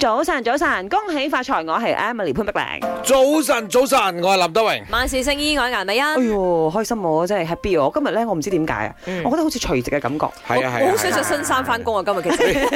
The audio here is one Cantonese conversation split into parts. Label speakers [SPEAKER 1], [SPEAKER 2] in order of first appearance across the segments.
[SPEAKER 1] 早晨，早晨，恭喜發財！我係 Emily 潘碧玲。
[SPEAKER 2] 早晨，早晨，我係林德榮。
[SPEAKER 3] 萬事勝意，我係顏美欣。
[SPEAKER 1] 哎呦，開心我真係 happy 我今日咧，我唔知點解啊，
[SPEAKER 3] 嗯
[SPEAKER 1] 我覺得好似除夕嘅感覺。
[SPEAKER 3] 我
[SPEAKER 2] 係啊係
[SPEAKER 3] 我
[SPEAKER 2] 啊
[SPEAKER 3] 好想
[SPEAKER 2] 係
[SPEAKER 3] 着
[SPEAKER 2] 啊，
[SPEAKER 3] 新衫翻工啊！今日其實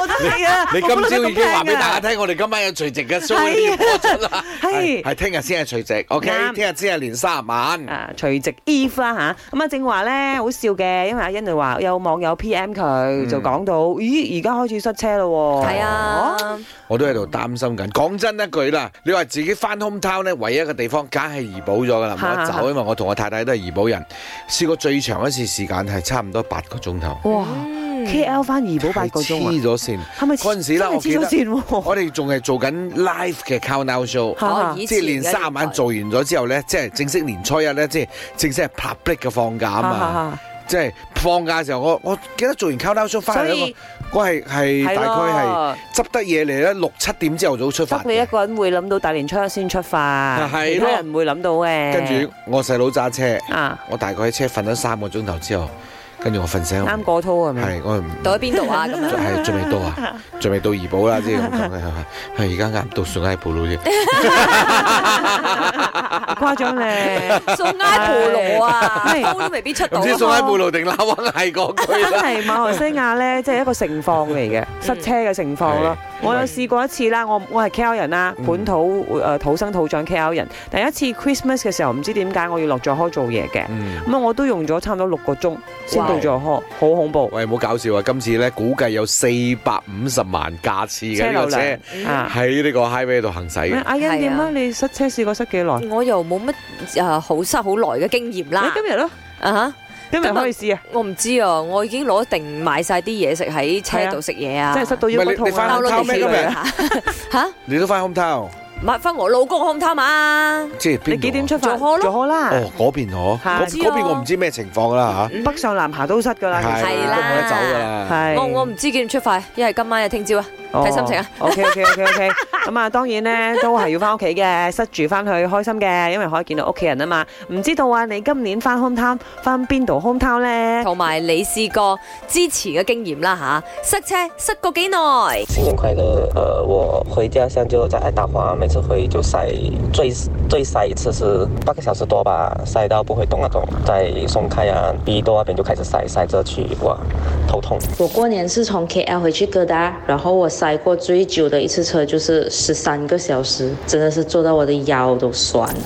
[SPEAKER 1] 我都係啊，
[SPEAKER 2] 你
[SPEAKER 1] 我
[SPEAKER 2] 今
[SPEAKER 1] 覺得
[SPEAKER 2] 朝
[SPEAKER 1] 咁
[SPEAKER 2] 已經話俾
[SPEAKER 1] 聽啊
[SPEAKER 2] 大家聽，我哋今晚有除夕嘅 show 已
[SPEAKER 1] 係啊
[SPEAKER 2] 經播出啦。
[SPEAKER 1] 係
[SPEAKER 2] 係聽日先係除夕，OK？
[SPEAKER 1] 啱
[SPEAKER 2] 聽日先係年卅晚。
[SPEAKER 1] 啊，除夕 Eve 啦吓，咁啊正話咧好笑嘅，因為阿欣就話有網友 P.M
[SPEAKER 2] 嗯
[SPEAKER 1] 佢就講到，咦而家開始塞車咯
[SPEAKER 2] 哎
[SPEAKER 1] 喎，哦
[SPEAKER 3] 係啊，
[SPEAKER 2] 我都喺度擔心緊。講真一句啦，你話自己翻 home town 咧，唯一嘅地方梗係怡保咗噶啦，冇得
[SPEAKER 1] 嚇嚇
[SPEAKER 2] 走，因為我同我太太都係怡保人。試過最長一次時間係差唔多八個鐘頭，
[SPEAKER 1] 哇
[SPEAKER 3] 嗯
[SPEAKER 1] ，K.L 翻怡保八個鐘啊
[SPEAKER 2] 黐，咗線。
[SPEAKER 1] 係咪
[SPEAKER 2] 嗰陣時啦
[SPEAKER 1] 真係黐咗線喎？
[SPEAKER 2] 我哋仲係做緊 live 嘅 countdown show。
[SPEAKER 1] 嚇
[SPEAKER 3] 我哦以
[SPEAKER 2] 即
[SPEAKER 3] 前
[SPEAKER 2] 係年三晚做完咗之後呢，即係正式年初一呢，即係正式係 public 嘅放假啊嘛，即係放假嘅時候，我我記得做完 countdown show 翻
[SPEAKER 1] 所
[SPEAKER 2] 嚟嗰
[SPEAKER 1] 以
[SPEAKER 2] 個，我係係
[SPEAKER 1] 係
[SPEAKER 2] 大概係
[SPEAKER 1] 咯，
[SPEAKER 2] 執得嘢嚟咧，六七點朝頭早出發
[SPEAKER 1] 得你一
[SPEAKER 2] 嘅，
[SPEAKER 1] 個人會諗到大年初一先出發，
[SPEAKER 2] 係
[SPEAKER 1] 其他
[SPEAKER 2] 咯
[SPEAKER 1] 人唔會諗到嘅。
[SPEAKER 2] 跟住我細佬揸車，
[SPEAKER 1] 啊，
[SPEAKER 2] 我大概喺車瞓咗三個鐘頭之後，跟住我瞓醒，
[SPEAKER 1] 啱過啊套係咪？
[SPEAKER 2] 係我唔
[SPEAKER 3] 到喺邊度 啊？咁樣
[SPEAKER 2] 係仲未到啊，仲未到怡保啦，即係咁講嘅係嘛係而家啱到上街布魯啫。
[SPEAKER 1] 誇張咧，
[SPEAKER 3] 送埃婆 羅啊
[SPEAKER 1] 係，
[SPEAKER 3] 都未必出到
[SPEAKER 2] 唔
[SPEAKER 3] 啊。
[SPEAKER 2] 知送喺布路定拉灣係嗰句
[SPEAKER 1] 真
[SPEAKER 2] 啦。
[SPEAKER 1] 係馬來西亞 咧，即係一個盛況嚟嘅，塞車嘅盛況咯。
[SPEAKER 2] 嗯係
[SPEAKER 1] 我有試過一次啦，我我係 KL 人啦，
[SPEAKER 2] 嗯
[SPEAKER 1] 本土誒、呃土生土長 KL 人。第一次 Christmas 嘅時候，唔知點解我要落咗開做嘢嘅，
[SPEAKER 2] 嗯
[SPEAKER 1] 咁啊我都用咗差唔多六個鐘先
[SPEAKER 3] 哇
[SPEAKER 1] 到咗開，好恐怖
[SPEAKER 2] 喂，唔好搞笑啊！今次咧估計有四百五十萬架次
[SPEAKER 1] 車
[SPEAKER 2] 嘅呢
[SPEAKER 1] 流
[SPEAKER 2] 個車
[SPEAKER 1] 量啊！
[SPEAKER 2] 喺呢個 highway 度行駛
[SPEAKER 1] 咩
[SPEAKER 2] 嘅。
[SPEAKER 1] 阿欣點
[SPEAKER 3] 係
[SPEAKER 1] 啊？
[SPEAKER 3] 啊
[SPEAKER 1] 你塞車試過塞幾耐？
[SPEAKER 3] 我又冇乜誒好塞好耐嘅經驗
[SPEAKER 1] 你
[SPEAKER 3] 啦。
[SPEAKER 1] 今日咯，
[SPEAKER 3] 啊哈
[SPEAKER 1] 今日
[SPEAKER 3] 今日
[SPEAKER 1] 可以試啊！
[SPEAKER 3] 我唔知啊，我已經攞定買晒啲嘢食喺車度食嘢啊，
[SPEAKER 1] 真係塞到
[SPEAKER 2] 唔
[SPEAKER 1] 腰
[SPEAKER 2] 係
[SPEAKER 1] 骨
[SPEAKER 2] 你你
[SPEAKER 1] 痛
[SPEAKER 2] 翻
[SPEAKER 1] 啊！
[SPEAKER 3] 兜
[SPEAKER 2] 鄉
[SPEAKER 3] 到
[SPEAKER 2] 偷
[SPEAKER 3] 地
[SPEAKER 2] 咩
[SPEAKER 3] 市
[SPEAKER 2] 今
[SPEAKER 3] 嚟
[SPEAKER 2] 日？
[SPEAKER 3] 啊 嚇，
[SPEAKER 2] 你都翻 home town，
[SPEAKER 3] 買翻我老公 home town 啊，
[SPEAKER 2] 即係邊度啊
[SPEAKER 1] 你幾點出發？
[SPEAKER 3] 做開咯
[SPEAKER 1] 做開啦！
[SPEAKER 2] 哦，嗰邊我
[SPEAKER 1] 係
[SPEAKER 2] 嗰
[SPEAKER 3] 知啊
[SPEAKER 2] 嗰邊我唔知咩情況啦
[SPEAKER 1] 北上南下都塞㗎
[SPEAKER 2] 嚇，
[SPEAKER 1] 啦，
[SPEAKER 2] 係
[SPEAKER 1] 其實
[SPEAKER 3] 係
[SPEAKER 2] 都冇得走㗎啦。
[SPEAKER 1] 係
[SPEAKER 3] 我我唔知幾點出發，一係今晚，一係聽朝啊。睇心情啊
[SPEAKER 1] O K O K O K O K，咁啊，當然咧都係要翻屋企嘅，塞住翻去開心嘅，因為可以見到屋企人啊嘛。唔知道啊，你今年翻 home town 翻邊度 home town 咧？
[SPEAKER 3] 同埋你試過之前嘅經驗啦吓，塞車塞過幾耐？
[SPEAKER 4] 新年快乐！呃，我回家乡就在爱达华，每次回就晒最最晒一次是八个小时多吧，晒到不会动那种。在松开啊、B 多那边就开始晒，晒着去哇，头痛。
[SPEAKER 5] 我过年是从 KL 回去哥达，然后我塞过最久的一次车就是十三个小时，真的是坐到我的腰都酸了。